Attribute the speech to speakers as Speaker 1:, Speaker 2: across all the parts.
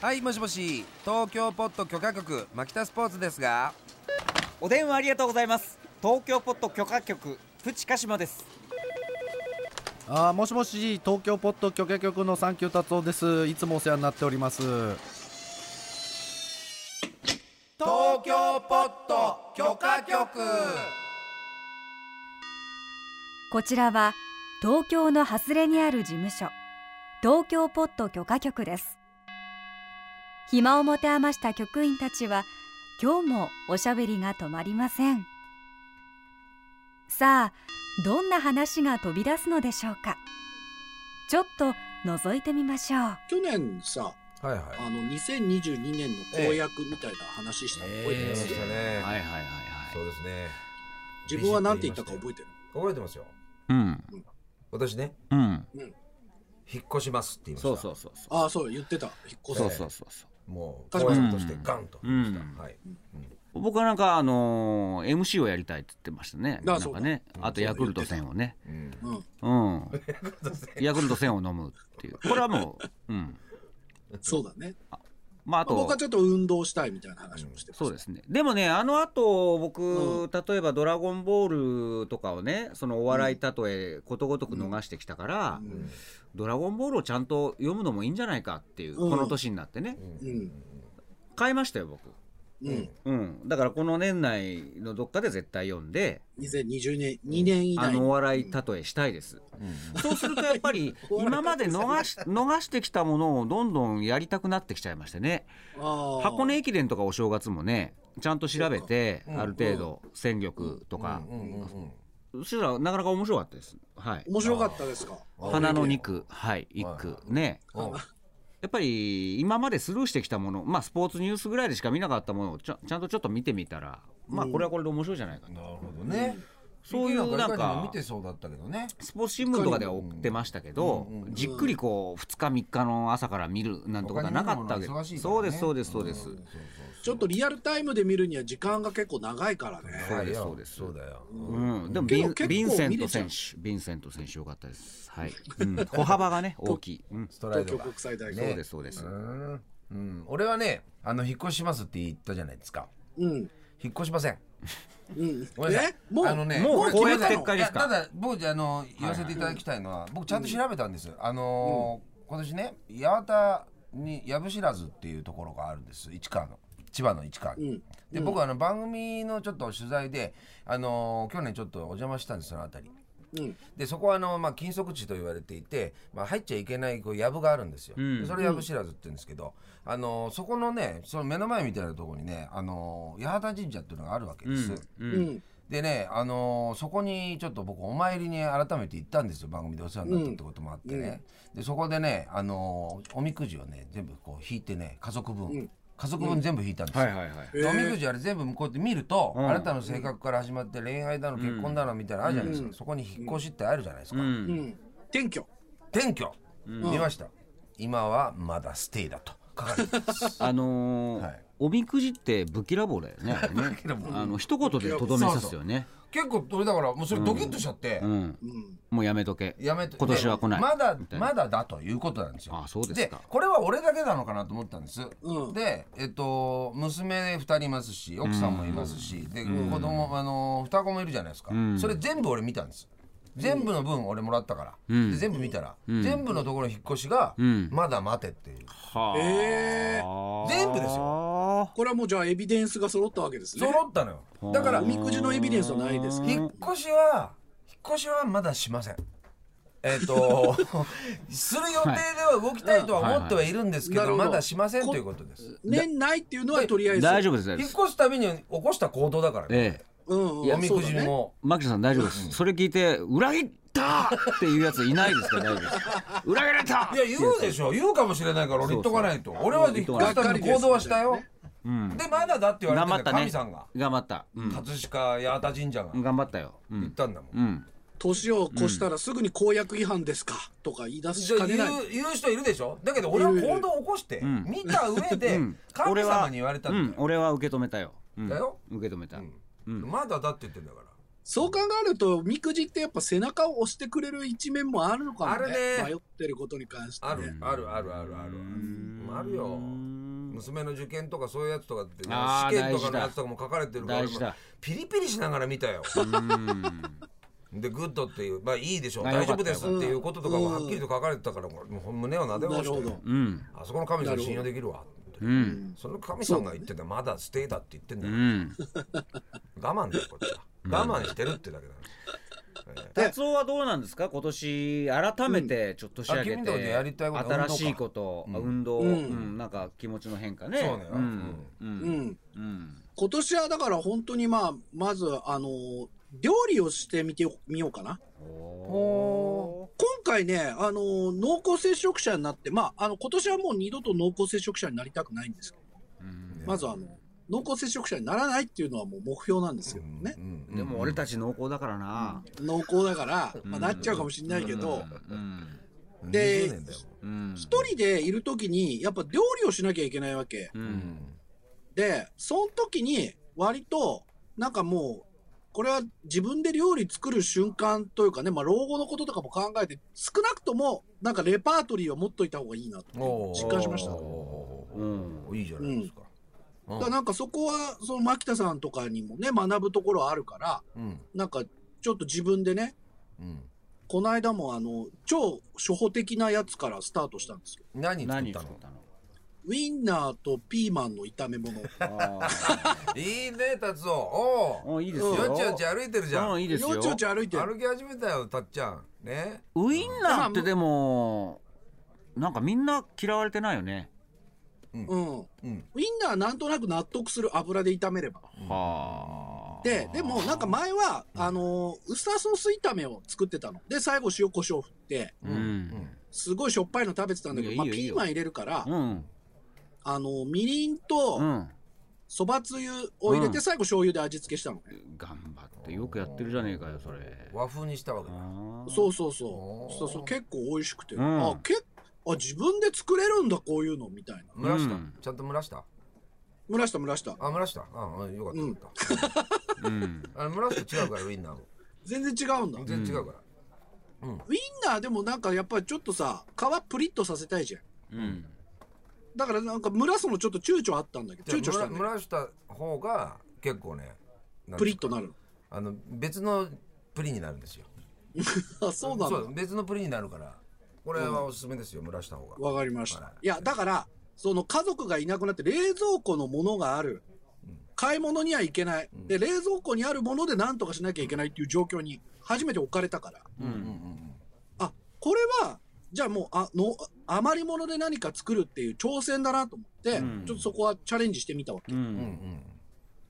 Speaker 1: はいもしもし東京ポット許可局牧田スポーツですが
Speaker 2: お電話ありがとうございます東京ポット許可局プチカシマです
Speaker 3: あーもしもし東京ポッド許可局のサンキュー達夫ですいつもお世話になっております
Speaker 1: 東京ポット許可局
Speaker 4: こちらは東京の外れにある事務所東京ポット許可局です暇を持て余した局員たちは今日もおしゃべりが止まりませんさあどんな話が飛び出すのでしょうかちょっと覗いてみましょう
Speaker 5: 去年さ、
Speaker 1: はいはい
Speaker 5: あの、2022年の公約みたいな話したの覚えてます、
Speaker 1: したね、
Speaker 6: はいはいはい
Speaker 1: そうですね
Speaker 5: 自分は何て言ったか覚えてる
Speaker 1: 覚えてますよ
Speaker 6: うん
Speaker 1: 私ね
Speaker 6: うん
Speaker 1: 引っ越しますって言いました
Speaker 6: そうそうそうそう
Speaker 5: ああ、そう、言ってた。引っ
Speaker 6: そ
Speaker 5: 越せ
Speaker 6: う。そうそうそう
Speaker 1: もう
Speaker 5: 確
Speaker 1: 公
Speaker 5: かに
Speaker 1: 約としてガンと言いました、
Speaker 6: うん
Speaker 1: はい
Speaker 6: 僕はなんかあのー MC をやりたいって言ってましたね
Speaker 5: あ
Speaker 6: なん
Speaker 5: そう
Speaker 6: か
Speaker 5: だ
Speaker 6: ねあとヤクルト1000をね
Speaker 1: うん
Speaker 5: うん。
Speaker 6: うん ヤクルト1000を飲むっていうこれはもううん
Speaker 5: そうだね。
Speaker 6: まああ
Speaker 5: まあ僕
Speaker 6: と
Speaker 5: はちょっと運動したいみたいな話もしてます。
Speaker 6: そうですねでもねあの後僕、例えば「ドラゴンボール」とかをねそのお笑い例えことごとく逃してきたから「
Speaker 5: うん
Speaker 6: ドラゴンボール」をちゃんと読むのもいいんじゃないかっていう、
Speaker 5: うん
Speaker 6: この年になってね
Speaker 5: うん。
Speaker 6: 買いましたよ僕、
Speaker 5: うん。
Speaker 6: うん、だからこの年内のどっかで絶対読んで
Speaker 5: 2020年、2年以
Speaker 6: あ
Speaker 5: 内
Speaker 6: のお笑い例えしたいです、そうするとやっぱ り
Speaker 5: お笑い
Speaker 6: 今まで逃し 逃してきたものをどんどんやりたくなってきちゃいましてね
Speaker 5: ああ
Speaker 6: 箱根駅伝とかお正月もねちゃんと調べて
Speaker 1: うか
Speaker 6: ある程度戦力とか
Speaker 1: うんうんうん
Speaker 6: そしたらなかなか面白かったですはい
Speaker 5: 面白かったですか
Speaker 1: あ
Speaker 6: 花の2区はい1区ね
Speaker 1: うんうん
Speaker 6: やっぱり今までスルーしてきたものまあスポーツニュースぐらいでしか見なかったものをちゃちゃんとちょっと見てみたらまあこれはこれで面白いじゃないかと
Speaker 1: なるほどね
Speaker 6: そういうなん
Speaker 1: いかにも
Speaker 6: か
Speaker 1: 見てそうだったけどね
Speaker 6: スポーツ新聞とかでは送ってましたけど
Speaker 1: うんうん
Speaker 6: じっくりこう2日3日の朝から見るなんてことはなかったわけ
Speaker 1: 他に見るも
Speaker 6: そ
Speaker 1: の
Speaker 6: う
Speaker 1: が忙し
Speaker 6: です
Speaker 1: いからね
Speaker 6: そうですそうです
Speaker 1: うんそう
Speaker 5: ちょっとリアルタイムで見るには時間が結構長いからね。
Speaker 6: そうです
Speaker 1: だよ
Speaker 6: そうです
Speaker 1: そうだよ
Speaker 6: うん、でも
Speaker 5: け
Speaker 6: ビ
Speaker 5: ど
Speaker 6: ン
Speaker 5: 結構
Speaker 6: ビンセン
Speaker 5: 見
Speaker 6: ト
Speaker 5: れちゃ
Speaker 6: 選
Speaker 5: う
Speaker 6: 手、ビンセント選手よかったです。はい、うん、歩幅 がね、大きい。うん、
Speaker 1: ストライド
Speaker 5: 東京
Speaker 1: が
Speaker 5: 国際大
Speaker 6: そう
Speaker 5: 学。
Speaker 6: です、そうです
Speaker 1: う。んうん俺はねあの引っ越しますって言ったじゃないですか
Speaker 5: うん。
Speaker 1: 引っ越しません
Speaker 5: うん。
Speaker 1: ごめんなさい
Speaker 5: えもう、
Speaker 1: あのね
Speaker 6: もう
Speaker 1: これ
Speaker 6: 公約撤回ですか
Speaker 1: いやただ僕あの言わせていただきたいのは僕ちゃんと調べたんですあのー今年ね八幡に藪知らずっていうところがあるんです市川の千葉の市川に、
Speaker 5: うん
Speaker 1: で僕あの番組のちょっと取材であのー去年ちょっとお邪魔したんですそのあたり
Speaker 5: うん。
Speaker 1: でそこはあの、まあ、禁足地と言われていて、まあ、入っちゃいけないこう藪があるんですよ、
Speaker 6: うん
Speaker 1: でそれ藪知らずって言うんですけど、あのそこのねその目の前みたいなところにねあの八幡神社っていうのがあるわけ
Speaker 6: う
Speaker 1: です、
Speaker 6: ん、う、
Speaker 5: うんん。
Speaker 1: でねあのそこにちょっと僕お参りに改めて行ったんですよ番組でお世話になったってこともあってね、でそこでねあのおみくじをね全部こう引いてね家族分、
Speaker 5: うん
Speaker 1: 家族分全部引いたんですよ、
Speaker 6: はい、はい、はい。
Speaker 5: えー
Speaker 1: おみくじあれ全部こうやって見ると、
Speaker 6: うん
Speaker 1: あなたの性格から始まって恋愛だの結婚だのみたいなのあるじゃないですか、
Speaker 5: うん
Speaker 1: そこに引っ越しってあるじゃないですか、
Speaker 6: うん
Speaker 5: う、ん。転居。
Speaker 1: 転居、
Speaker 5: ん
Speaker 1: 見ました今はまだステイだと書かれてます
Speaker 6: あのー
Speaker 1: はい
Speaker 6: おみくじってぶきらぼうだよ ね。あれねあの一言でとどめさすよね。
Speaker 1: 結構俺だからもうそれドキッとしちゃって、
Speaker 6: うん、
Speaker 5: うん。
Speaker 6: もうやめとけ。
Speaker 1: やめて
Speaker 6: 今年は来ない。
Speaker 1: でまだ
Speaker 6: みたいな
Speaker 1: まだだということなんですよ
Speaker 6: あそうですか
Speaker 1: これは俺だけなのかなと思ったんです、
Speaker 5: うん
Speaker 1: でえっと娘2人いますし奥さんもいますし、で子供あの双子もいるじゃないですか、
Speaker 6: ん
Speaker 1: それ全部俺見たんです全部の分俺もらったから、
Speaker 6: ん
Speaker 1: で全部見たら、全部のところ引っ越しが、
Speaker 6: ん
Speaker 1: まだ待てっていう
Speaker 6: はあ
Speaker 5: えー。
Speaker 1: 全部です
Speaker 6: よ。
Speaker 5: これはもうじゃあエビデンスが揃ったわけですね。
Speaker 1: 揃ったのよだから
Speaker 5: おみくじのエビデンスはないですけど。
Speaker 1: 引っ越しは引っ越しはまだしませんえっ、と する予定では動きたいとは思ってはいるんですけど,、
Speaker 5: はいはいはい
Speaker 1: まだしませんということです
Speaker 5: 年内っていうのはとりあえず。
Speaker 6: 大丈夫です。大丈夫
Speaker 1: 引っ
Speaker 6: です
Speaker 1: 越すたびに起こした行動だからね、
Speaker 6: ええ、
Speaker 5: うん、うん。
Speaker 1: おみくじも、
Speaker 6: 牧野さん大丈夫です。それ聞いて裏切ったっていうやついないですから大丈夫 です。裏切られた。
Speaker 1: いや言うでしょ言うかもしれないから俺言っとかないと俺は引っ越
Speaker 6: 言っとかな
Speaker 1: す
Speaker 6: い
Speaker 1: たびに行動はしたよ
Speaker 6: うん。
Speaker 1: でまだだって言われ
Speaker 6: 頑
Speaker 1: てるんだ
Speaker 6: 張った
Speaker 1: よ
Speaker 6: ね。
Speaker 1: 神さんが
Speaker 6: 頑張った。うん。
Speaker 1: 葛飾八幡神社が言
Speaker 6: 頑張ったよ。う
Speaker 1: っ
Speaker 6: ん。
Speaker 1: たんだもん、
Speaker 6: うん。
Speaker 5: 年を越したらすぐに公約違反ですかとか言い出
Speaker 1: じ
Speaker 5: し
Speaker 1: ゃ
Speaker 5: か
Speaker 1: あ
Speaker 5: ね
Speaker 1: 言
Speaker 5: ない。
Speaker 1: う言う人いるでしょだけど俺は行動を起こして、
Speaker 6: ん
Speaker 1: 見た上で、
Speaker 6: うん
Speaker 1: 神
Speaker 6: 俺
Speaker 1: 様
Speaker 6: は
Speaker 1: に言われたん
Speaker 6: う
Speaker 1: だよ
Speaker 6: ん。俺は受け止めたよ。うん
Speaker 1: だよ
Speaker 6: 受け止めた。うん
Speaker 1: まだだって言ってんだから
Speaker 5: そう考えると、みくじってやっぱ背中を押してくれる一面もあるのかもね。
Speaker 1: あるね
Speaker 5: 迷ってることに関して、ね。
Speaker 1: ある、あるあるあるあるあるよ
Speaker 6: うーん
Speaker 1: 娘の受験とかそういうやつとかって試
Speaker 6: あー
Speaker 1: 験と
Speaker 6: 大
Speaker 1: か
Speaker 6: 事
Speaker 1: の
Speaker 6: だ
Speaker 1: やつとかも書かれてるから
Speaker 6: 大事だ
Speaker 1: 俺もピリピリしながら見たよ。でグッドっていうまあいいでしょう
Speaker 6: あよか
Speaker 1: 大
Speaker 6: っ
Speaker 1: 丈
Speaker 6: たよ
Speaker 1: 夫ですっていうこととかもはっきりと書かれてたからもうもう胸をなで
Speaker 5: な
Speaker 1: 下
Speaker 5: る
Speaker 1: ろし
Speaker 5: ほ
Speaker 1: て
Speaker 5: ど。
Speaker 6: うん
Speaker 1: あそこの神様信用できるわ。
Speaker 6: うん
Speaker 1: その神様が言ってんだまだステイだって言ってんだ
Speaker 6: う
Speaker 1: よ
Speaker 6: ん
Speaker 1: 我慢だよこっちは我慢してるってだけだ
Speaker 6: 達夫はどうなんですか今年改めてちょっと年明け
Speaker 1: あ君のとこでやり
Speaker 6: て
Speaker 1: たいこと
Speaker 6: 新しいこと運動
Speaker 5: うん
Speaker 6: うんなんか気持ちの変化ね
Speaker 1: そうね
Speaker 6: うんう
Speaker 5: うんん。
Speaker 6: うん
Speaker 5: 今年はだから本当にまあ、まず、あのー料理をしてみてみようかな。
Speaker 6: お
Speaker 5: 今回ね、あのー濃厚接触者になって、まあ、あの、今年はもう二度と濃厚接触者になりたくないんですけど、
Speaker 6: ーうん
Speaker 5: まずはあの、濃厚接触者にならないっていうのはもう目標なんですけどね。
Speaker 1: ね
Speaker 6: でも俺たち濃厚だからな
Speaker 5: 濃厚だから、まあ、
Speaker 6: うん
Speaker 5: なっちゃうかもしれないけど、
Speaker 6: うん
Speaker 5: で
Speaker 1: 20年だよ
Speaker 6: うん
Speaker 5: 一人でいるときに、やっぱ料理をしなきゃいけないわけ。
Speaker 1: う
Speaker 6: う
Speaker 1: んん
Speaker 5: で、その時に、割と、なんかもう、これは自分で料理作る瞬間というかね、まあ、老後のこととかも考えて、少なくとも、なんかレパートリーは持っといた方がいいなと
Speaker 1: おー
Speaker 5: 実感しました。だ
Speaker 1: おー
Speaker 6: うん
Speaker 1: いいじゃないですかうん
Speaker 5: からなんかそこは、その牧田さんとかにもね、学ぶところあるから、
Speaker 1: うん
Speaker 5: なんかちょっと自分でね、
Speaker 1: うん
Speaker 5: この間もあの、超初歩的なやつからスタートしたんですよ。
Speaker 1: 何作っ
Speaker 6: 何
Speaker 1: た
Speaker 6: 作っ
Speaker 1: の
Speaker 6: たの
Speaker 5: ウインナーとピーマンの炒め物。
Speaker 6: あ
Speaker 1: いいね達夫お
Speaker 6: ーおいいです
Speaker 1: お
Speaker 6: よ
Speaker 1: よちよち歩いてるじゃ
Speaker 6: うんんいいですよ
Speaker 5: よちよち歩いてる。
Speaker 1: 歩き始めたよたっちゃんね
Speaker 6: ウインナーってでもなんかみんな嫌われてないよね
Speaker 5: うん。
Speaker 1: うん
Speaker 5: ウインナーなんとなく納得する油で炒めれば。
Speaker 6: はあ
Speaker 5: で、でもなんか前は、あのーウスターソース炒めを作ってたの。で、最後塩コショウ振って、
Speaker 6: うん
Speaker 5: すごいしょっぱいの食べてたんだけど、
Speaker 6: いや
Speaker 5: まあ
Speaker 6: いいよいい
Speaker 5: ピ
Speaker 6: よ
Speaker 5: ーマン入れるから、
Speaker 6: うん
Speaker 5: あのーみりん
Speaker 6: う
Speaker 5: と
Speaker 6: ん
Speaker 5: そばつゆを入れ
Speaker 6: う
Speaker 5: て、
Speaker 6: ん
Speaker 5: 最後醤油で味付けしたのね。
Speaker 6: 頑張ってよくやってるじゃねえかよそれ
Speaker 1: 和風にしたわけ
Speaker 6: あ
Speaker 1: だ
Speaker 6: ー
Speaker 5: そうそう
Speaker 1: お
Speaker 5: そ
Speaker 1: ー
Speaker 5: う。そうそう、結構美味しくて。
Speaker 6: うん
Speaker 5: あ、けあ、自分で作れるんだ、こういうの、みたいな。
Speaker 1: 蒸らし
Speaker 6: う
Speaker 1: た
Speaker 6: ん
Speaker 1: ちゃんと蒸らした
Speaker 5: 蒸らした蒸らした。
Speaker 1: あ蒸らしたあうんよかったよかった
Speaker 6: うん
Speaker 1: あれ蒸らすと違うからウインナーも
Speaker 5: 全然違うんだ。ウイン
Speaker 1: 全然違うから
Speaker 5: ナーでもなんかやっぱりちょっとさ、皮プリッとさせたいじゃん。
Speaker 6: うん
Speaker 5: だからなんか蒸らすのちょっと躊躇あったんだけど、躊躇
Speaker 1: じ
Speaker 5: し
Speaker 1: ゃ
Speaker 5: た
Speaker 1: あ
Speaker 5: ん
Speaker 1: 蒸
Speaker 5: だけど
Speaker 1: ら蒸らした方が結構ねなんていうか
Speaker 5: プリッとなる
Speaker 1: あの別のプリンになるんですよ
Speaker 5: の。あ、そうなんだ。
Speaker 1: 別のプリンになるからこれはおすすめですよ蒸らした方が
Speaker 5: わかりました。
Speaker 1: はい
Speaker 5: い、や、だから、その家族がいなくなって冷蔵庫のものがある。買い物には行けない。で、冷蔵庫にあるもので何とかしなきゃいけないっていう状況に初めて置かれたから。
Speaker 1: うんうんうん
Speaker 5: あ、これは、じゃあもう、あの、余り物で何か作るっていう挑戦だなと思って、
Speaker 6: ん
Speaker 5: ちょっとそこはチャレンジしてみたわけ。
Speaker 6: う
Speaker 1: うんうんん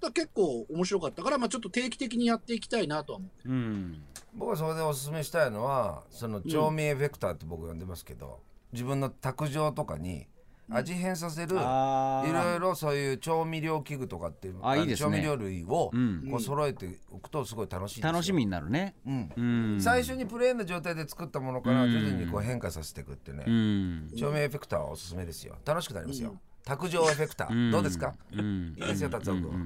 Speaker 5: だから結構面白かったから、まあちょっと定期的にやっていきたいなとは思って。
Speaker 6: うん
Speaker 1: 僕はそれでおすすめしたいのはその調味エフェクターって僕呼んでますけど、自分の卓上とかに味変させる、
Speaker 6: あー
Speaker 1: いろいろそういう調味料器具とかっていう
Speaker 6: あいいです
Speaker 1: 調
Speaker 6: ね
Speaker 1: 味料類を
Speaker 6: うん
Speaker 1: こう揃えておくとすごい楽しいんですよ
Speaker 6: 楽しみになるね
Speaker 1: うん
Speaker 6: うん
Speaker 1: 最初にプレーンな状態で作ったものから
Speaker 6: うん
Speaker 1: 徐々にこう変化させていくってね、
Speaker 6: うん
Speaker 1: 照明エフェクターはおすすめですよ楽しくなりますよ、卓上エフェクター、
Speaker 6: ん
Speaker 1: どうですか、
Speaker 6: うん
Speaker 1: いいですよ達夫君、
Speaker 6: うん
Speaker 1: う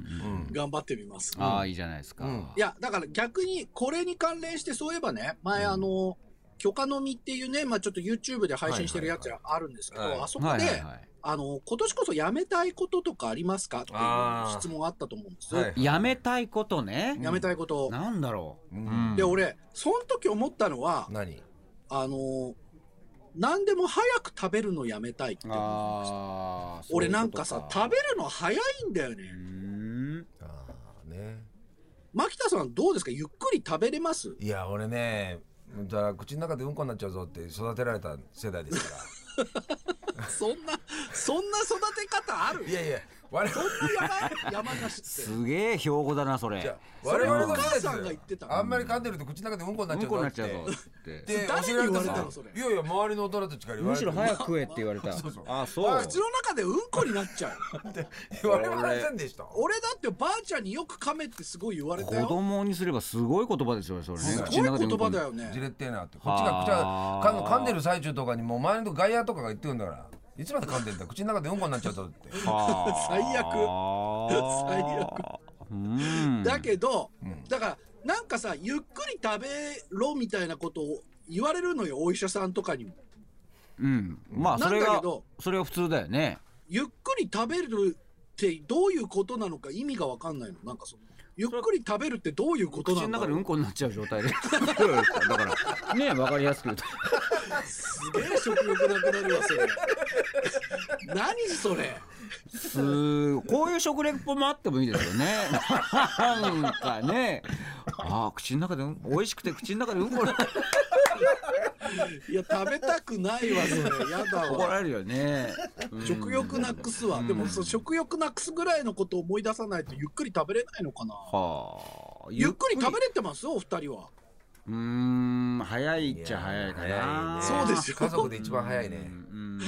Speaker 1: ん
Speaker 5: 頑張ってみます。
Speaker 6: ああいいじゃないですか
Speaker 1: うん
Speaker 5: いや、だから逆に、これに関連して、そういえばね、前あの、許可のみっていうね、まあちょっと YouTube で配信してるやつがあるんですけど、
Speaker 1: はいはいはい
Speaker 5: あそこ
Speaker 6: はい
Speaker 5: で、
Speaker 6: はいは
Speaker 5: あの、今年こそやめたいこととかありますかって
Speaker 1: あ
Speaker 5: い
Speaker 1: ー
Speaker 5: う質問あったと思うんです。
Speaker 1: はい
Speaker 6: いやめたいことね
Speaker 5: やめたいこと。
Speaker 6: なんだろう
Speaker 1: うん
Speaker 6: うん
Speaker 5: で、俺、その時思ったのは、
Speaker 1: 何
Speaker 5: あの、何でも早く食べるのやめたいって思いました。
Speaker 6: ああ
Speaker 5: 俺なんかさ、食
Speaker 6: べ
Speaker 5: べるの早いんだよね。
Speaker 6: うん
Speaker 1: ああね
Speaker 5: 牧田さんどうですかゆっくり食べれます
Speaker 1: いや俺ねだから口の中でうんこになっちゃうぞって育てられた世代ですか
Speaker 5: そんな、そんな育て方あ る
Speaker 1: らいやいや我々
Speaker 5: 山山梨って。
Speaker 6: すげえ標語だなそれ
Speaker 1: じゃあ
Speaker 5: そ
Speaker 1: 我
Speaker 5: れ
Speaker 1: 々
Speaker 5: お
Speaker 1: の世代
Speaker 5: 母
Speaker 1: ですよ
Speaker 5: さんが言ってたの
Speaker 1: あんまり噛んでると口の中でうんこにな
Speaker 6: う
Speaker 1: っちゃ
Speaker 6: ん
Speaker 1: うぞ
Speaker 6: こに
Speaker 1: っ
Speaker 6: なってちゃうぞって
Speaker 1: で
Speaker 5: 誰に
Speaker 1: 教えられ
Speaker 5: 言
Speaker 1: た
Speaker 5: われた
Speaker 1: さ
Speaker 5: のそれ
Speaker 1: いやいや周りの大人たちから言わ
Speaker 6: む
Speaker 1: れ
Speaker 6: してろ早く食えって言われた
Speaker 1: そうそう
Speaker 6: あそう
Speaker 5: 口の中でうんこになっちゃう。
Speaker 1: 言われませんでした
Speaker 5: 俺だってばあちゃんによく噛めってすごい言われ
Speaker 6: 子
Speaker 5: たよ。
Speaker 6: 供にすればすごい言葉ですよねそれね
Speaker 5: す
Speaker 6: 口の
Speaker 5: ご
Speaker 6: 中
Speaker 5: い
Speaker 6: で
Speaker 5: 言葉だ
Speaker 6: うんこ
Speaker 5: よ
Speaker 1: じ
Speaker 5: ね。
Speaker 1: れってえなってこっちが口が噛ん噛んでる最中とかにもう周りの外野とかが言ってくんだからいつまで噛んでんだ口の中でうんこになっちゃうぞって
Speaker 6: にはあ
Speaker 5: 最悪
Speaker 6: あーうん
Speaker 5: だけど、
Speaker 1: うん
Speaker 5: だからなんかさ、ゆっくり食べろみたいなことを言われるのよ、お医者さんとかにも。
Speaker 6: うんまあそれ
Speaker 5: なんだ
Speaker 6: が
Speaker 5: けど
Speaker 6: それが普通だよね
Speaker 5: ゆっくり食べるってどういうことなのか意味がわかんないの。なんかその、ゆっくり食べるってどういうこと
Speaker 6: 口の
Speaker 5: なの
Speaker 6: 中
Speaker 5: か
Speaker 6: でうんこになっちゃう状態でだからねわかりやすく言うと
Speaker 5: すげえ食欲なくなるわ、 それ。何それ。
Speaker 6: すこういう食レポもあってもいいですよねなんかねあー口の中でうん美味しくて口の中でうんこに
Speaker 5: いや、食べたくないわ、それ。やだ
Speaker 6: 怒
Speaker 5: わ。
Speaker 6: られるよねうん
Speaker 5: 食欲なくすわ。でも、そう食欲なくすぐらいのことを思い出さないとゆっくり食べれないのかな。
Speaker 6: はあ
Speaker 5: ゆっくり食べれてますお二人は。
Speaker 6: うーん早いっちゃ早いかな
Speaker 5: 早いねそうですよ
Speaker 1: 家族で一番早いね
Speaker 6: うん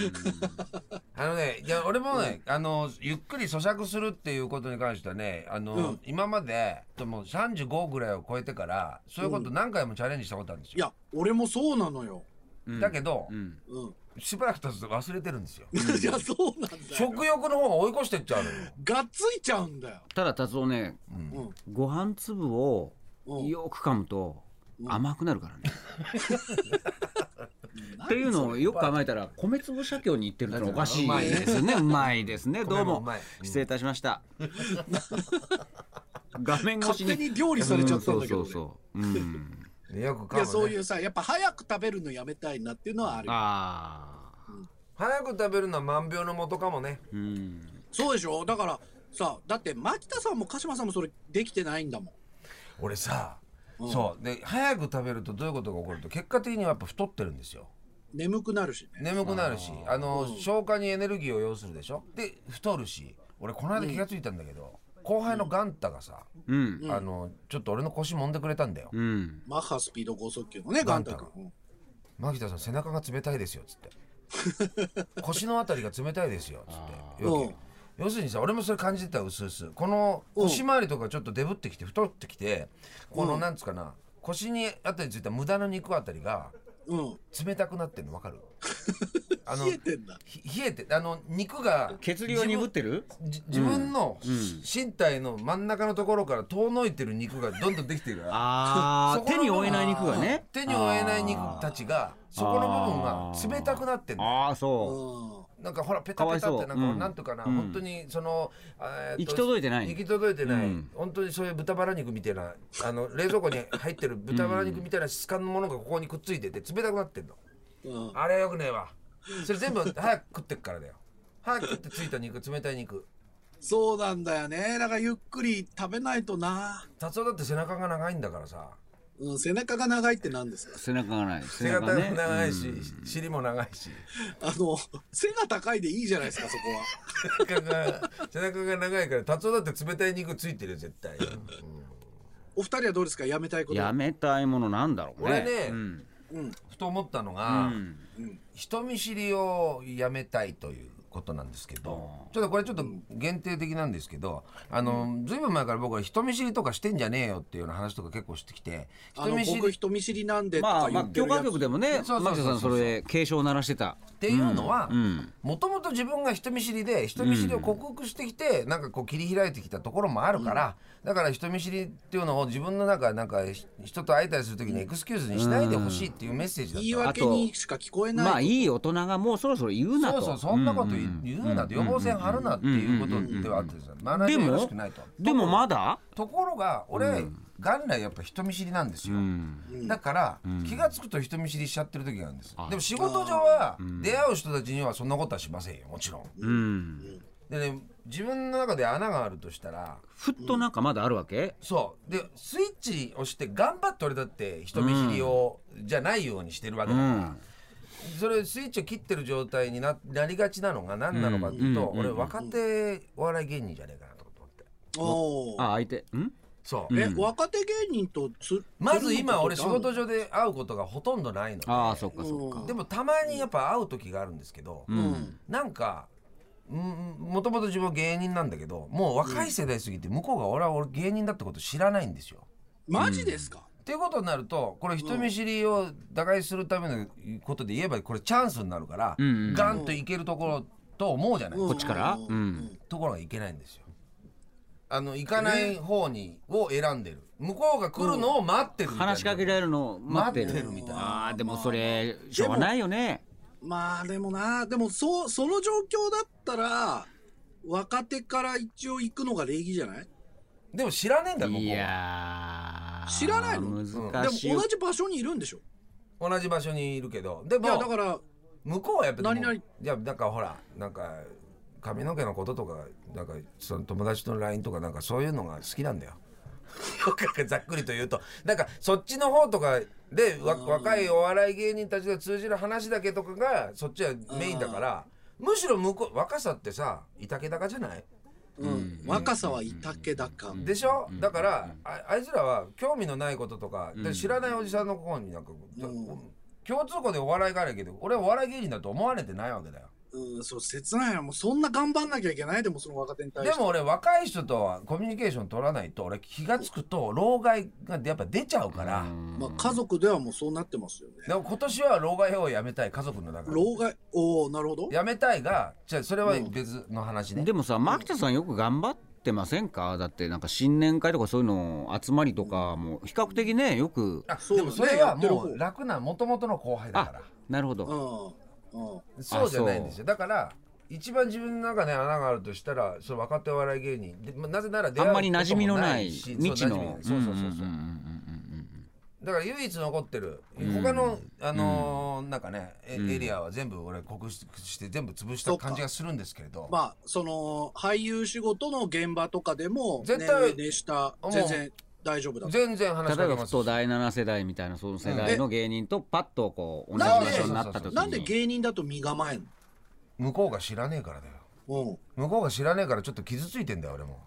Speaker 1: あのねいや俺もね、あのゆっくり咀嚼するっていうことに関してはねあの、
Speaker 5: うん
Speaker 1: 今まででも35ぐらいを超えてからそういうこと何回もチャレンジしたことあるんです
Speaker 5: い
Speaker 1: よ、
Speaker 5: や、俺もそうなのよ。
Speaker 6: うん
Speaker 1: だけど、
Speaker 6: うん
Speaker 5: うん。
Speaker 1: しばらく経つと忘れてるんですよ
Speaker 5: いや、そうなんだよ。
Speaker 1: 食欲の方が追い越してっちゃうのよ、
Speaker 5: がっついちゃうんだよ。
Speaker 6: ただ達夫ね
Speaker 1: うん
Speaker 5: うん。
Speaker 6: ご飯粒を
Speaker 5: うん
Speaker 6: よく噛むと
Speaker 5: うん
Speaker 6: 甘くなるからね。っていうのをよく考えたら米粒写経に行ってるのおかしいですね。うまいですね。ど
Speaker 1: 米
Speaker 6: う
Speaker 1: もう
Speaker 6: も
Speaker 1: まい
Speaker 6: 失礼いたしました。画面越し
Speaker 5: 勝手
Speaker 6: に
Speaker 5: に料理されちゃったんだけど、ね
Speaker 6: うそうそうそう。うん。
Speaker 1: ねよく噛む、
Speaker 5: い
Speaker 1: ね、
Speaker 5: やそういうさやっぱ早く食べるのやめたいなっていうのはあるよ
Speaker 6: ああ。
Speaker 1: 早く食べるのは万病の元かもね
Speaker 6: うん。
Speaker 5: そうでしょだからさだって牧田さんも鹿島さんもそれできてないんだも
Speaker 1: 俺さ、
Speaker 5: うん
Speaker 1: そうで早く食べるとどういうことが起こると結果的にはやっぱ太ってるんですよ
Speaker 5: ん眠くなるしね
Speaker 1: 眠くなるしあの、
Speaker 5: うん
Speaker 1: 消化にエネルギーを要するでしょで太るし俺この間気がついたんだけど、後輩のガンタがさ、
Speaker 6: うん。
Speaker 1: あのちょっと俺の腰揉んでくれたんだよ
Speaker 6: うん。
Speaker 5: マッハスピード剛速球のねガンタ君
Speaker 1: ガン「牧田さん背中が冷たいですよ」っつって「腰のあたりが冷たいですよ」っつって
Speaker 5: うん
Speaker 1: 要件要するにさ俺もそれ感じてたうすうすこの腰回りとかちょっとデブってきて太ってきてこのなんつうかな腰にあたりついた無駄な肉あたりが
Speaker 5: うん、うん、
Speaker 1: 冷たくなってるの分かるあの
Speaker 5: 冷えてんだ
Speaker 1: ひ冷えてあの肉が
Speaker 6: 血流を鈍ってる？
Speaker 1: じ自分の
Speaker 6: うんうん
Speaker 1: 身体の真ん中のところから遠のいてる肉がどんどんできてるから
Speaker 6: あ
Speaker 1: そ
Speaker 6: あ。
Speaker 1: この
Speaker 6: 手
Speaker 1: 部分
Speaker 6: に負えない肉がね。
Speaker 1: 手に負えない肉たちがそこの部分が冷たくなってんだよ
Speaker 6: ああ
Speaker 5: う
Speaker 6: そ
Speaker 5: ん
Speaker 1: なんかほらペタペタってなん
Speaker 6: かわいそう
Speaker 1: か
Speaker 6: うん
Speaker 1: なんとかな、
Speaker 6: うん
Speaker 1: 本当にその、えーっと
Speaker 6: 行き届いてない
Speaker 1: 行き届いてない、
Speaker 6: うん
Speaker 1: 本当にそういう豚バラ肉みたいなあの冷蔵庫に入ってる豚バラ肉みたいな質感のものがここにくっついてて冷たくなってんの
Speaker 5: うん、
Speaker 1: あれはよくねえわそれ全部早く食ってっからだよ早く食ってついた肉冷たい肉
Speaker 5: そうなんだよねだからゆっくり食べないとな、
Speaker 1: 達夫だって背中が長いんだからさ
Speaker 5: うん、背中が長いって何ですか
Speaker 6: う。背中がない。
Speaker 1: 背
Speaker 6: 背
Speaker 1: 中
Speaker 6: 中
Speaker 1: も
Speaker 6: ね。
Speaker 1: 長いし、尻も長いし
Speaker 5: あの背が高いでいいじゃないですかそこは
Speaker 1: 背中が背中が長いから達夫だって冷たい肉ついてるよ絶対、うん
Speaker 5: お二人はどうですかやめたいこと
Speaker 6: やめたいものなんだろうね。
Speaker 1: 俺ね
Speaker 6: うん
Speaker 5: うん
Speaker 1: ふと思ったの
Speaker 6: う
Speaker 1: が、
Speaker 6: ん
Speaker 1: 人見知りをやめたいということなんですけどちょっとこれちょっと限定的なんですけどあの、ずいぶん前から僕は人見知りとかしてんじゃねえよっていうような話とか結構してきて
Speaker 5: あ
Speaker 1: 人
Speaker 5: の
Speaker 1: 見知り
Speaker 5: 僕
Speaker 1: っ
Speaker 5: 人見知りなんでと
Speaker 6: ま
Speaker 5: か
Speaker 6: あま
Speaker 5: 言
Speaker 6: あ
Speaker 5: って
Speaker 6: 教
Speaker 5: るや
Speaker 6: 科
Speaker 5: つ、
Speaker 6: 局でもね
Speaker 1: そうそうそうそう
Speaker 6: 牧田さんそれ警鐘を鳴らしてた
Speaker 1: ていうのは
Speaker 6: うん
Speaker 1: もともと自分が人見知りで人見知りを克服してきて、なんかこう切り開いてきたところもあるから、だから人見知りっていうのを自分の中なんかひ人と会えたりする時にエクスキューズにしないでほしいっていうメッセージだっ
Speaker 5: 言い
Speaker 1: たわ
Speaker 5: 訳にしか聞こえない
Speaker 6: まあいい大人がもうそろそろ言うな
Speaker 1: そ
Speaker 6: と
Speaker 1: うそうそんなこと言う,、
Speaker 6: ん
Speaker 1: 言うなと予防線張るなっていうことではあってですよマナーでよろしくないと
Speaker 6: でもまだ
Speaker 1: ところが俺、元来やっぱ人見知りなんですよ、だから、気が付くと人見知りしちゃってる時があるんですでも仕事上は出会う人たちにはそんなことはしませんよもちろん
Speaker 6: うん
Speaker 1: でね自分の中で穴があるとしたら
Speaker 6: ふっとなんかまだあるわけ
Speaker 1: そうでスイッチ押して頑張って俺だって人見知りを、じゃないようにしてるわけだから、それスイッチを切ってる状態にななりがちなのが何なのかっていうと、
Speaker 6: うん
Speaker 1: 俺若手お笑い芸人じゃねえかなと思って
Speaker 5: おー
Speaker 6: あ相手ん
Speaker 1: そう、
Speaker 5: え、若手芸人とつ
Speaker 1: まず今俺仕事
Speaker 5: 上
Speaker 1: 上で会うことがほとんどないので
Speaker 6: ああそっかそっか
Speaker 1: でもたまにやっぱ会う時があるんですけど、
Speaker 5: うん
Speaker 1: なんかうんもともと自分は芸人なんだけどもう若い世代すぎて向こうが俺は俺芸人だってこと知らないんですよ。
Speaker 5: マジですか、
Speaker 1: っていうことになるとこれ人見知りを打開するためのことで言えばこれチャンスになるから、
Speaker 6: んうんうん
Speaker 1: ガンといけるところと思うじゃない、
Speaker 5: うん
Speaker 1: こ
Speaker 6: こっちから
Speaker 5: う
Speaker 6: う
Speaker 5: ん
Speaker 6: ん
Speaker 1: ところがいけないんですよ。あの行かない方に、を選んでる向こうが来るのを待ってるみたいな
Speaker 6: 話しかけられるのを待って
Speaker 1: 待って
Speaker 6: る
Speaker 1: るみたいな
Speaker 6: ああでもそれしょうがないよね
Speaker 5: まあでもな、でもそう、その状況だったら、若手から一応行くのが礼儀じゃない
Speaker 1: でも知らねえんだここ
Speaker 6: い
Speaker 1: は
Speaker 6: やー
Speaker 5: 知らないので
Speaker 6: 難しい
Speaker 5: も同じ場所にいるんでしょ
Speaker 1: 同じ場所にいるけどで
Speaker 5: いや、だ
Speaker 1: も
Speaker 5: から、
Speaker 1: 向こうはやっぱり
Speaker 5: 何々
Speaker 1: いやなんかほらなんか髪の毛のこととかなんかその友達との LINE とかなんかそういうのが好きなんだよ ざっくりと言うとなんかそっちの方とかでわ若いお笑い芸人たちが通じる話だけとかがそっちはメインだからむしろ向こう若さってさいたけだかじゃない
Speaker 5: うん、若さはいたけだか。
Speaker 1: でしょ、だから、ああいつらは興味のないこととか、で知らないおじさんの方になんか、だ共通項でお笑いがあるけど俺はお笑い芸人だと思われてないわけだよ
Speaker 5: うん、そう、切ないな。もうそんな頑張んなきゃいけない、でもその若手に対
Speaker 1: で
Speaker 5: して。
Speaker 1: も俺若い人とはコミュニケーション取らないと俺気が付くと老害がやっぱ出ちゃうから、
Speaker 5: まあ家族ではもうそうなってますよね。
Speaker 1: でも今年は老害をやめたい家族の中で
Speaker 5: 老害、おおなるほど。
Speaker 1: やめたいがじゃあそれは別の話ね、
Speaker 6: でもさ牧田さんよく頑張ってませんかだってなんか新年会とかそういうの集まりとかも比較的ねよく
Speaker 1: あ
Speaker 5: そう
Speaker 1: で
Speaker 5: だね
Speaker 1: もそれは
Speaker 5: やってる
Speaker 1: も
Speaker 5: 方
Speaker 1: う楽な元々の後輩だから
Speaker 6: あなるほど、
Speaker 5: うん。うん。
Speaker 1: そうじゃないんですよだから一番自分の中に穴があるとしたらその若手お笑い芸人でまなぜなら出会う
Speaker 6: あんまり馴染みのない
Speaker 1: こと
Speaker 6: 未
Speaker 1: も
Speaker 6: 知の
Speaker 1: しそう馴染みのないそうそうそうそう
Speaker 6: うんうん
Speaker 1: だから唯一残ってる他のあのーなんかねえエリアは全部俺克服して全部潰した感じがするんですけれど
Speaker 5: まあ、その、俳優仕事の現場とかでも、
Speaker 1: 絶対
Speaker 5: 年上年下、全然大丈夫だと。
Speaker 1: 全然話し
Speaker 6: 例
Speaker 1: か
Speaker 6: え
Speaker 1: け
Speaker 6: ば
Speaker 1: ま
Speaker 6: ふ
Speaker 1: す
Speaker 6: と第7世代みたいなその世代の芸人とパッとこう同じ
Speaker 5: なん
Speaker 6: 場
Speaker 5: で
Speaker 6: 所になった時に
Speaker 5: なんで芸人だと身構えん
Speaker 1: 向こうが知らねえからだよ
Speaker 5: の
Speaker 1: 向こうが知らねえからちょっと傷ついてんだよ俺も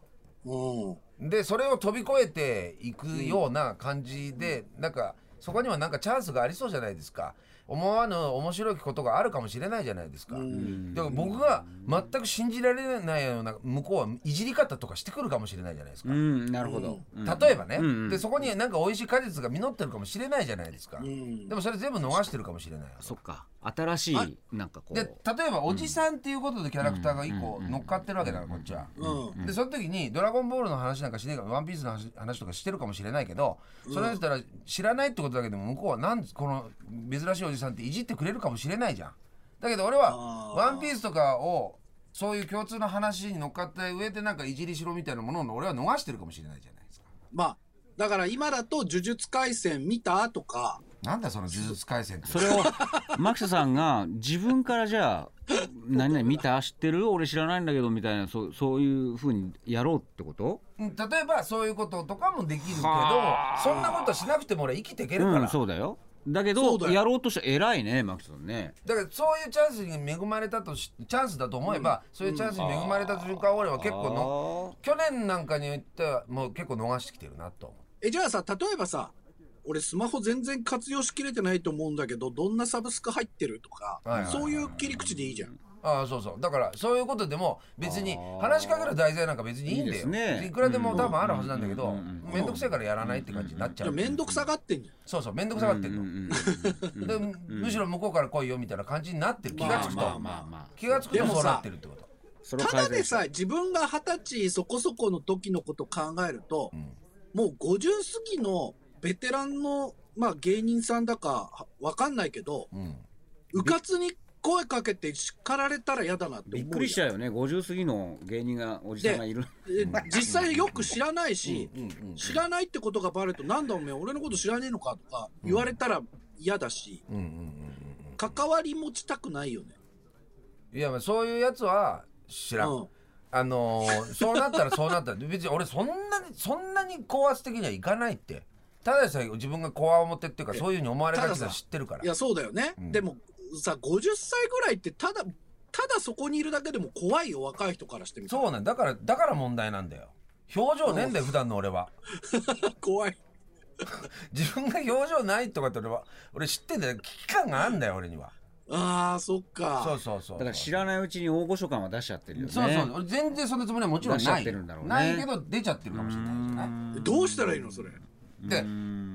Speaker 5: うん。うん。
Speaker 1: でそれを飛び越えていくような感じで、なんかそこにはなんかチャンスがありそうじゃないですか思わぬ面白いことがあるかもしれないじゃないですか、だから僕が全く信じられないような向こうはいじり方とかしてくるかもしれないじゃないですか、
Speaker 6: うんなるほど、うん
Speaker 1: 例えばね、
Speaker 6: うん
Speaker 1: でそこになんか美味しい果実が実ってるかもしれないじゃないですか、
Speaker 5: ん
Speaker 1: でもそれ全部逃してるかもしれない
Speaker 6: そっか新しいなんかこ
Speaker 1: で
Speaker 6: う
Speaker 1: 例えばおじさんっていうことでキャラクターが1個乗っかってるわけだからこっちは、
Speaker 5: う
Speaker 1: でその時に「ドラゴンボール」の話なんかしねえから「ワンピースの話話とかしてるかもしれないけどそれだったら知らないってことだけでも向こうはなんこの珍しいおじさんっていじってくれるかもしれないじゃん。だけど俺は「ワンピースとかをそういう共通の話に乗っかった上でなんかいじりしろみたいなものを俺は逃してるかもしれないじゃないですか。
Speaker 5: まあ、だから今だと、呪術廻戦見たとか、
Speaker 1: なんだその呪術廻戦って
Speaker 6: それを牧田さんが自分からじゃあ「何々見た知ってる俺知らないんだけど」みたいなそうそういうふうにやろうってこと
Speaker 1: うん例えばそういうこととかもできるけど
Speaker 6: はあ
Speaker 1: そんなことしなくても俺生きていけるから、
Speaker 6: うんそうだよだけ
Speaker 5: そ
Speaker 6: ど
Speaker 5: うだよ
Speaker 6: やろうとして偉いね牧田さんね
Speaker 1: だからそういうチャンスに恵まれたとしチャンスだと思えば、そういうチャンスに恵まれた瞬間、俺は結構の去年なんかに言ってはもう結構逃してきてるなと思
Speaker 5: え、じゃあさ、例えばさ、俺スマホ全然活用しきれてないと思うんだけど、どんなサブスク入ってるとか
Speaker 1: はいはいは、い
Speaker 5: そういう切り口でいいじゃん。
Speaker 1: うああそうそうだからそういうことでも別に話しかける題材なんか別にいいんだよ
Speaker 6: いいですね
Speaker 1: いくらでも多分あるはずなんだけど面倒くせえからやらないって感じになっち
Speaker 5: じ
Speaker 1: ゃ
Speaker 5: ゃあ
Speaker 1: う
Speaker 5: めんどくさがってんじゃん。
Speaker 1: そうそう面倒くさがってんの、
Speaker 6: うん
Speaker 1: でむしろ向こうから来いよみたいな感じになってる気がつくと、
Speaker 5: まあまあ
Speaker 6: まあまあ
Speaker 1: 気がつく
Speaker 5: で
Speaker 1: と
Speaker 5: も
Speaker 1: そ
Speaker 5: さ
Speaker 1: うなってるってこと
Speaker 6: それを
Speaker 5: ただ
Speaker 6: 改
Speaker 5: で
Speaker 6: 善した
Speaker 5: さえ自分が二十歳そこそこの時のこと考えると、もう50過ぎのベテランの、まあ、芸人さんだかはわかんないけど、
Speaker 1: ん
Speaker 5: うかつに声かけて叱られたら嫌だなって思う
Speaker 6: び
Speaker 5: よ
Speaker 6: っくりしちゃうよね50過ぎの芸人がおじさんがいる
Speaker 5: で実際よく知らないし、
Speaker 1: うんうん
Speaker 5: 知らないってことがバレると、なんだおめえ、俺のこと知らねえのかとか言われたら嫌だし、
Speaker 1: うんうんうん
Speaker 5: 関わり持ちたくないよね。
Speaker 1: いやまあそういうやつは知らん、
Speaker 5: うん
Speaker 1: あのーそうなったらそうなったら別に俺そんなにそんなに高圧的にはいかないってただでさえ自分がこわもてっていうかそういうふうに思われがち
Speaker 5: た
Speaker 1: だ
Speaker 5: ださ
Speaker 1: 知ってるから
Speaker 5: いや、そうだよね。でもさ、50歳ぐらいって、ただ、ただそこにいるだけでも怖いよ、若い人からしてみたら。
Speaker 1: そうなんだからだから問題なんだよ表情ねえんだよ普段の俺は
Speaker 5: 怖い。
Speaker 1: 自分が表情ないとかって俺は俺知ってんだよ危機感があんだよ俺には
Speaker 5: ああ、そっか。
Speaker 1: そうそうそう
Speaker 6: だから知らないうちに大御所感は出しちゃってるよね
Speaker 1: そうそう俺全然そんなつもりはもちろん
Speaker 6: 出しち
Speaker 1: な
Speaker 6: ゃっ
Speaker 1: い
Speaker 6: てるんだろうね
Speaker 1: ないけど出ちゃってるかもしれないじゃない
Speaker 5: どうしたらいいの、それ。
Speaker 1: で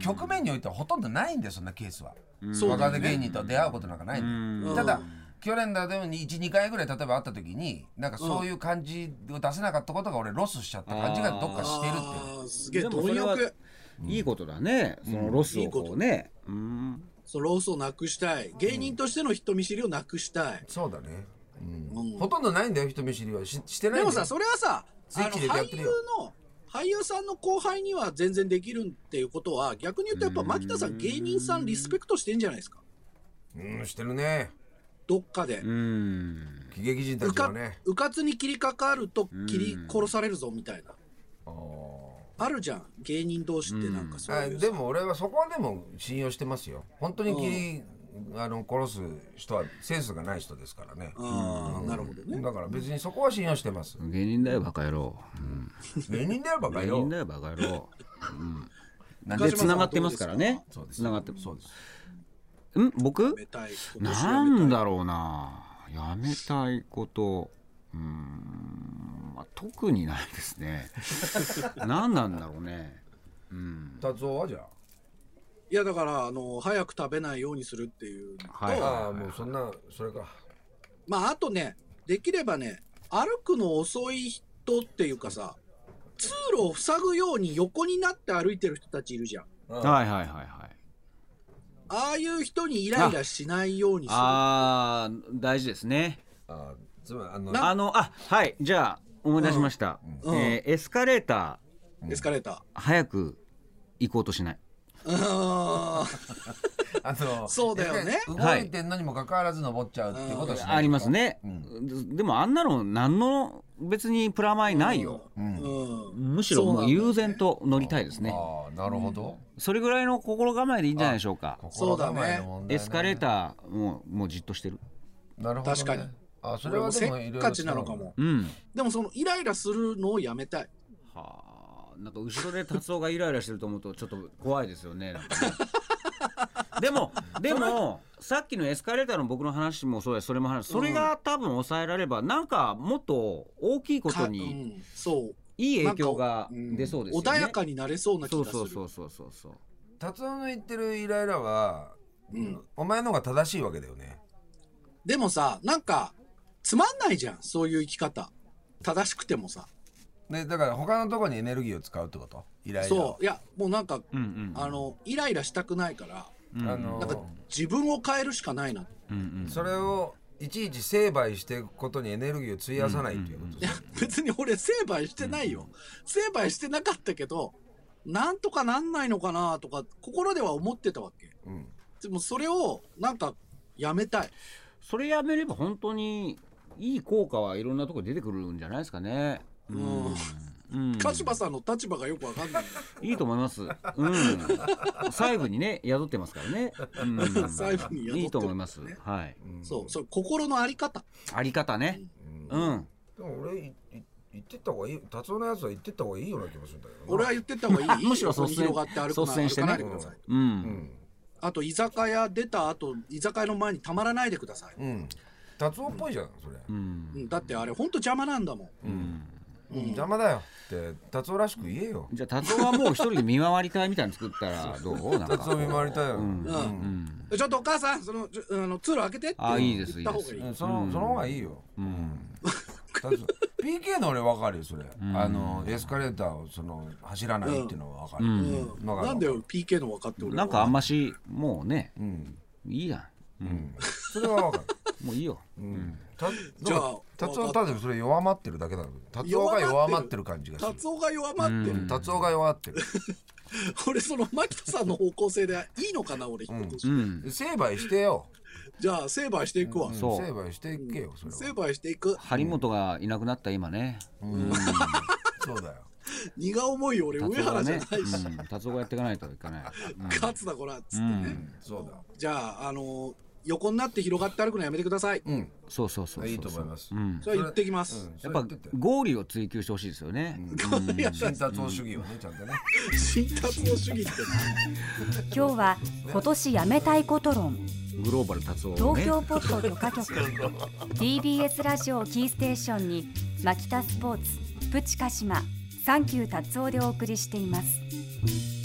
Speaker 1: 局面においてはほとんどないんだよそんなケースは
Speaker 5: そう
Speaker 1: 若
Speaker 5: だよ
Speaker 1: 手
Speaker 5: ね
Speaker 1: 芸人と出会うことなんかないんだよただ去年だでも12回ぐらい例えば会った時になんかそういう感じを出せなかったことが俺ロスしちゃった感じがどっかしてるっていう
Speaker 5: ああ、すげえ、
Speaker 6: でもそ
Speaker 5: 貪
Speaker 6: れは
Speaker 5: 欲。
Speaker 6: いいことだね、そのロスをこうねうん
Speaker 5: そのロスをなくしたい芸人としての人見知りをなくしたい、
Speaker 1: そうだね、うん
Speaker 5: うん
Speaker 1: ほとんどないんだよ人見知りはししてないんだ
Speaker 5: で
Speaker 1: よ
Speaker 5: もさそれはさあ
Speaker 1: スイ
Speaker 5: の
Speaker 1: ッチ入れてやっ
Speaker 5: 俳
Speaker 1: て
Speaker 5: 優
Speaker 1: るよ
Speaker 5: の俳優さんの後輩には全然できるっていうことは逆に言うとやっぱ牧田さん芸人さんリスペクトしてんじゃないですか
Speaker 1: うんしてるね
Speaker 5: どっかで
Speaker 6: うん
Speaker 1: 喜劇人た
Speaker 5: う
Speaker 1: ち
Speaker 5: か
Speaker 1: はね
Speaker 5: うかつに切りかかると切り殺されるぞみたいな
Speaker 1: あー
Speaker 5: あるじゃん芸人同士ってなんかそう
Speaker 1: あ
Speaker 5: いうさ
Speaker 1: でも俺はそこはでも信用してますよ本当に切り、あの殺す人はセンスがない人ですからね、
Speaker 5: あーなるほどね
Speaker 1: だから別にそこは信用して ます
Speaker 6: 芸人だよバカ野郎、
Speaker 1: 芸人だよバカ
Speaker 6: 芸人
Speaker 1: よ
Speaker 6: だよバカ野郎、うん、
Speaker 5: 中
Speaker 6: で
Speaker 5: 島さん
Speaker 6: 繋がってますからね
Speaker 1: そうです
Speaker 6: 繋がって
Speaker 1: そうです
Speaker 6: うん僕
Speaker 5: めたいこと
Speaker 6: なんだろうなやめたいことうーん、まあ、特にないですね何なんだろうねうん
Speaker 1: 達夫はじゃ
Speaker 5: いやだからあの早く食べないようにするっていうのと、
Speaker 1: あ、
Speaker 6: は
Speaker 1: ああもうそんなそれか
Speaker 5: まああとねできればね歩くの遅い人っていうかさ通路を塞ぐように横になって歩いてる人たちいるじゃん
Speaker 1: うん
Speaker 6: はいはいはいはい
Speaker 5: ああいう人にイライラしないようにする
Speaker 6: あー大事ですね
Speaker 1: あつまりあの
Speaker 5: な
Speaker 6: あのあはいじゃあ思い出しました、
Speaker 5: うん
Speaker 6: えーエスカレータ
Speaker 5: エスカレータ
Speaker 6: ー早く行こうとしない
Speaker 5: ーうーん
Speaker 1: あの
Speaker 5: そうだよね
Speaker 1: 動いてんのにもかかわらず登っちゃうっていうことはしない
Speaker 6: ありますね、
Speaker 1: うん
Speaker 6: ででもあんなの何の別にプラマイないよ、
Speaker 1: うん
Speaker 5: うん
Speaker 6: むしろもう悠然
Speaker 5: と
Speaker 6: と乗りたいですね
Speaker 1: ああなるほど、
Speaker 6: それぐらいの心構えでいいんじゃないでしょうか
Speaker 5: そうだね
Speaker 1: 心構えの問題
Speaker 6: エスカレーターもうもうじっとしてる
Speaker 1: なるほど、ね、
Speaker 5: 確かに
Speaker 1: あそ
Speaker 5: そ
Speaker 1: れ
Speaker 5: れ
Speaker 1: は
Speaker 5: は
Speaker 1: で
Speaker 5: せ
Speaker 1: もいろいろ
Speaker 5: っかちなのかも
Speaker 6: うん
Speaker 5: でもそのイライラするのをやめたい
Speaker 6: はあなんか後ろで達夫がイライラしてると思うとちょっと怖いですよねなんか ねでもでもさっきのエスカレーターの僕の話もそうやそれも話それが多分抑えられればなんかもっと大きいこと
Speaker 5: かう
Speaker 6: に
Speaker 5: んそう
Speaker 6: いい影響が出そうですよね
Speaker 5: 穏やかになれそうな気
Speaker 6: そう
Speaker 5: がす
Speaker 6: そう
Speaker 5: る
Speaker 6: そうそうそうそう
Speaker 1: 達夫の言ってるイライラは、
Speaker 5: うん
Speaker 1: お前の方が正しいわけだよね
Speaker 5: でもさなんかつまんないじゃんそういう生き方正しくてもさ
Speaker 1: ねだから他のところにエネルギーを使うってことイライラを
Speaker 5: そういやもうなんか、
Speaker 6: うんうん
Speaker 5: あのイライラしたくないから
Speaker 6: うん
Speaker 1: あの
Speaker 5: なんか自分を変えるしかないな
Speaker 6: うんうん
Speaker 1: それをいちいち成敗していくことにエネルギーを費やさないっていうこと
Speaker 5: いや別に俺成敗してないよ、成敗してなかったけどなんとかなんないのかなとか心では思ってたわけ
Speaker 1: うん
Speaker 5: でもそれをなんかやめたい
Speaker 6: それやめれば本当にいい効果はいろんなところ出てくるんじゃないですかね。
Speaker 5: うん
Speaker 6: うん、
Speaker 5: 鹿島さんの立場がよくわかんないんだよ
Speaker 6: いいと思います。うん、細部にね宿ってますからね。うん、
Speaker 5: 細部に宿ってますね
Speaker 6: いいと思います。はい。
Speaker 5: そうそう心のあり方
Speaker 6: あり方ね。うん。
Speaker 1: でも俺いい言ってった方がいい達夫のやつは言ってった方がいいような気もするんだけどな
Speaker 5: 俺は言ってた方がいい
Speaker 6: むしろ率
Speaker 5: 横
Speaker 6: 先
Speaker 5: に広がって歩
Speaker 6: 率
Speaker 5: くな
Speaker 6: 先してね
Speaker 5: 歩かないでください
Speaker 6: うん。
Speaker 1: うん
Speaker 5: あと居酒屋出た後居酒屋の前にたまらないでください、
Speaker 1: うん達夫っぽいじゃんそれ、う
Speaker 6: う
Speaker 1: ん
Speaker 6: ん。
Speaker 5: うんだってあれほんと邪魔なんだもん
Speaker 1: 邪魔だよって達夫らしく言えよ
Speaker 6: じゃあ達夫はもう一人で見回り隊みたいに作ったらどう？なんか
Speaker 1: 達夫見回りたいよ、うん
Speaker 5: うんちょっとお母さんそのちょあの通路開けてって
Speaker 6: あいいです
Speaker 5: 言った方がいい
Speaker 1: そのその方がいいよ、達夫 PK の俺分かるよそれ、あのエスカレーターをその走らないっていうのは分かる、
Speaker 5: うん
Speaker 1: のが
Speaker 5: なんだよ PK の分かって俺
Speaker 6: なんかあんましもうね
Speaker 1: うん
Speaker 6: いいや
Speaker 1: それは分かる
Speaker 6: ん。もういいよ。
Speaker 1: うんた
Speaker 5: じゃあ
Speaker 1: 達夫ただそれ弱まってるだけだろ達夫が弱まってる感じがする
Speaker 5: 達夫が弱まってる、
Speaker 1: 達夫が弱ってる
Speaker 5: 俺その牧田さんの方向性でいいのかな俺、
Speaker 6: うん。
Speaker 1: 成敗してよ
Speaker 5: じゃあ成敗していくわ、
Speaker 1: うん
Speaker 6: そう
Speaker 1: 成敗していけよそれ
Speaker 5: 成
Speaker 1: は
Speaker 5: 敗していく
Speaker 6: 張本がいなくなった今ね。
Speaker 1: そうだよ
Speaker 5: 荷が重いよ俺上
Speaker 6: 達夫
Speaker 5: 原
Speaker 6: が
Speaker 5: じゃ
Speaker 6: ね
Speaker 5: ないし、、
Speaker 6: うん、達夫がやっていかないといかない。
Speaker 5: 勝つだこらっつってね、
Speaker 1: そうだ
Speaker 5: じゃああの横になって広がって歩くのやめてください、
Speaker 1: うん
Speaker 6: そうそうそうそう。
Speaker 1: いいと思います
Speaker 6: うん。
Speaker 5: それは言ってきます、
Speaker 1: うんそれ言
Speaker 6: やっぱ
Speaker 1: ってて
Speaker 6: 合理を追求してほしいですよね。
Speaker 5: いや
Speaker 1: 新達夫主義をねちゃんとね
Speaker 5: 新達夫主義って
Speaker 4: 今日は今年やめたいこと論
Speaker 6: グローバル達夫を
Speaker 4: 東
Speaker 6: ね。
Speaker 4: 京ポッド許可局 TBS ラジオをキーステーションにマキタスポーツプチカシマサンキュー達夫でお送りしています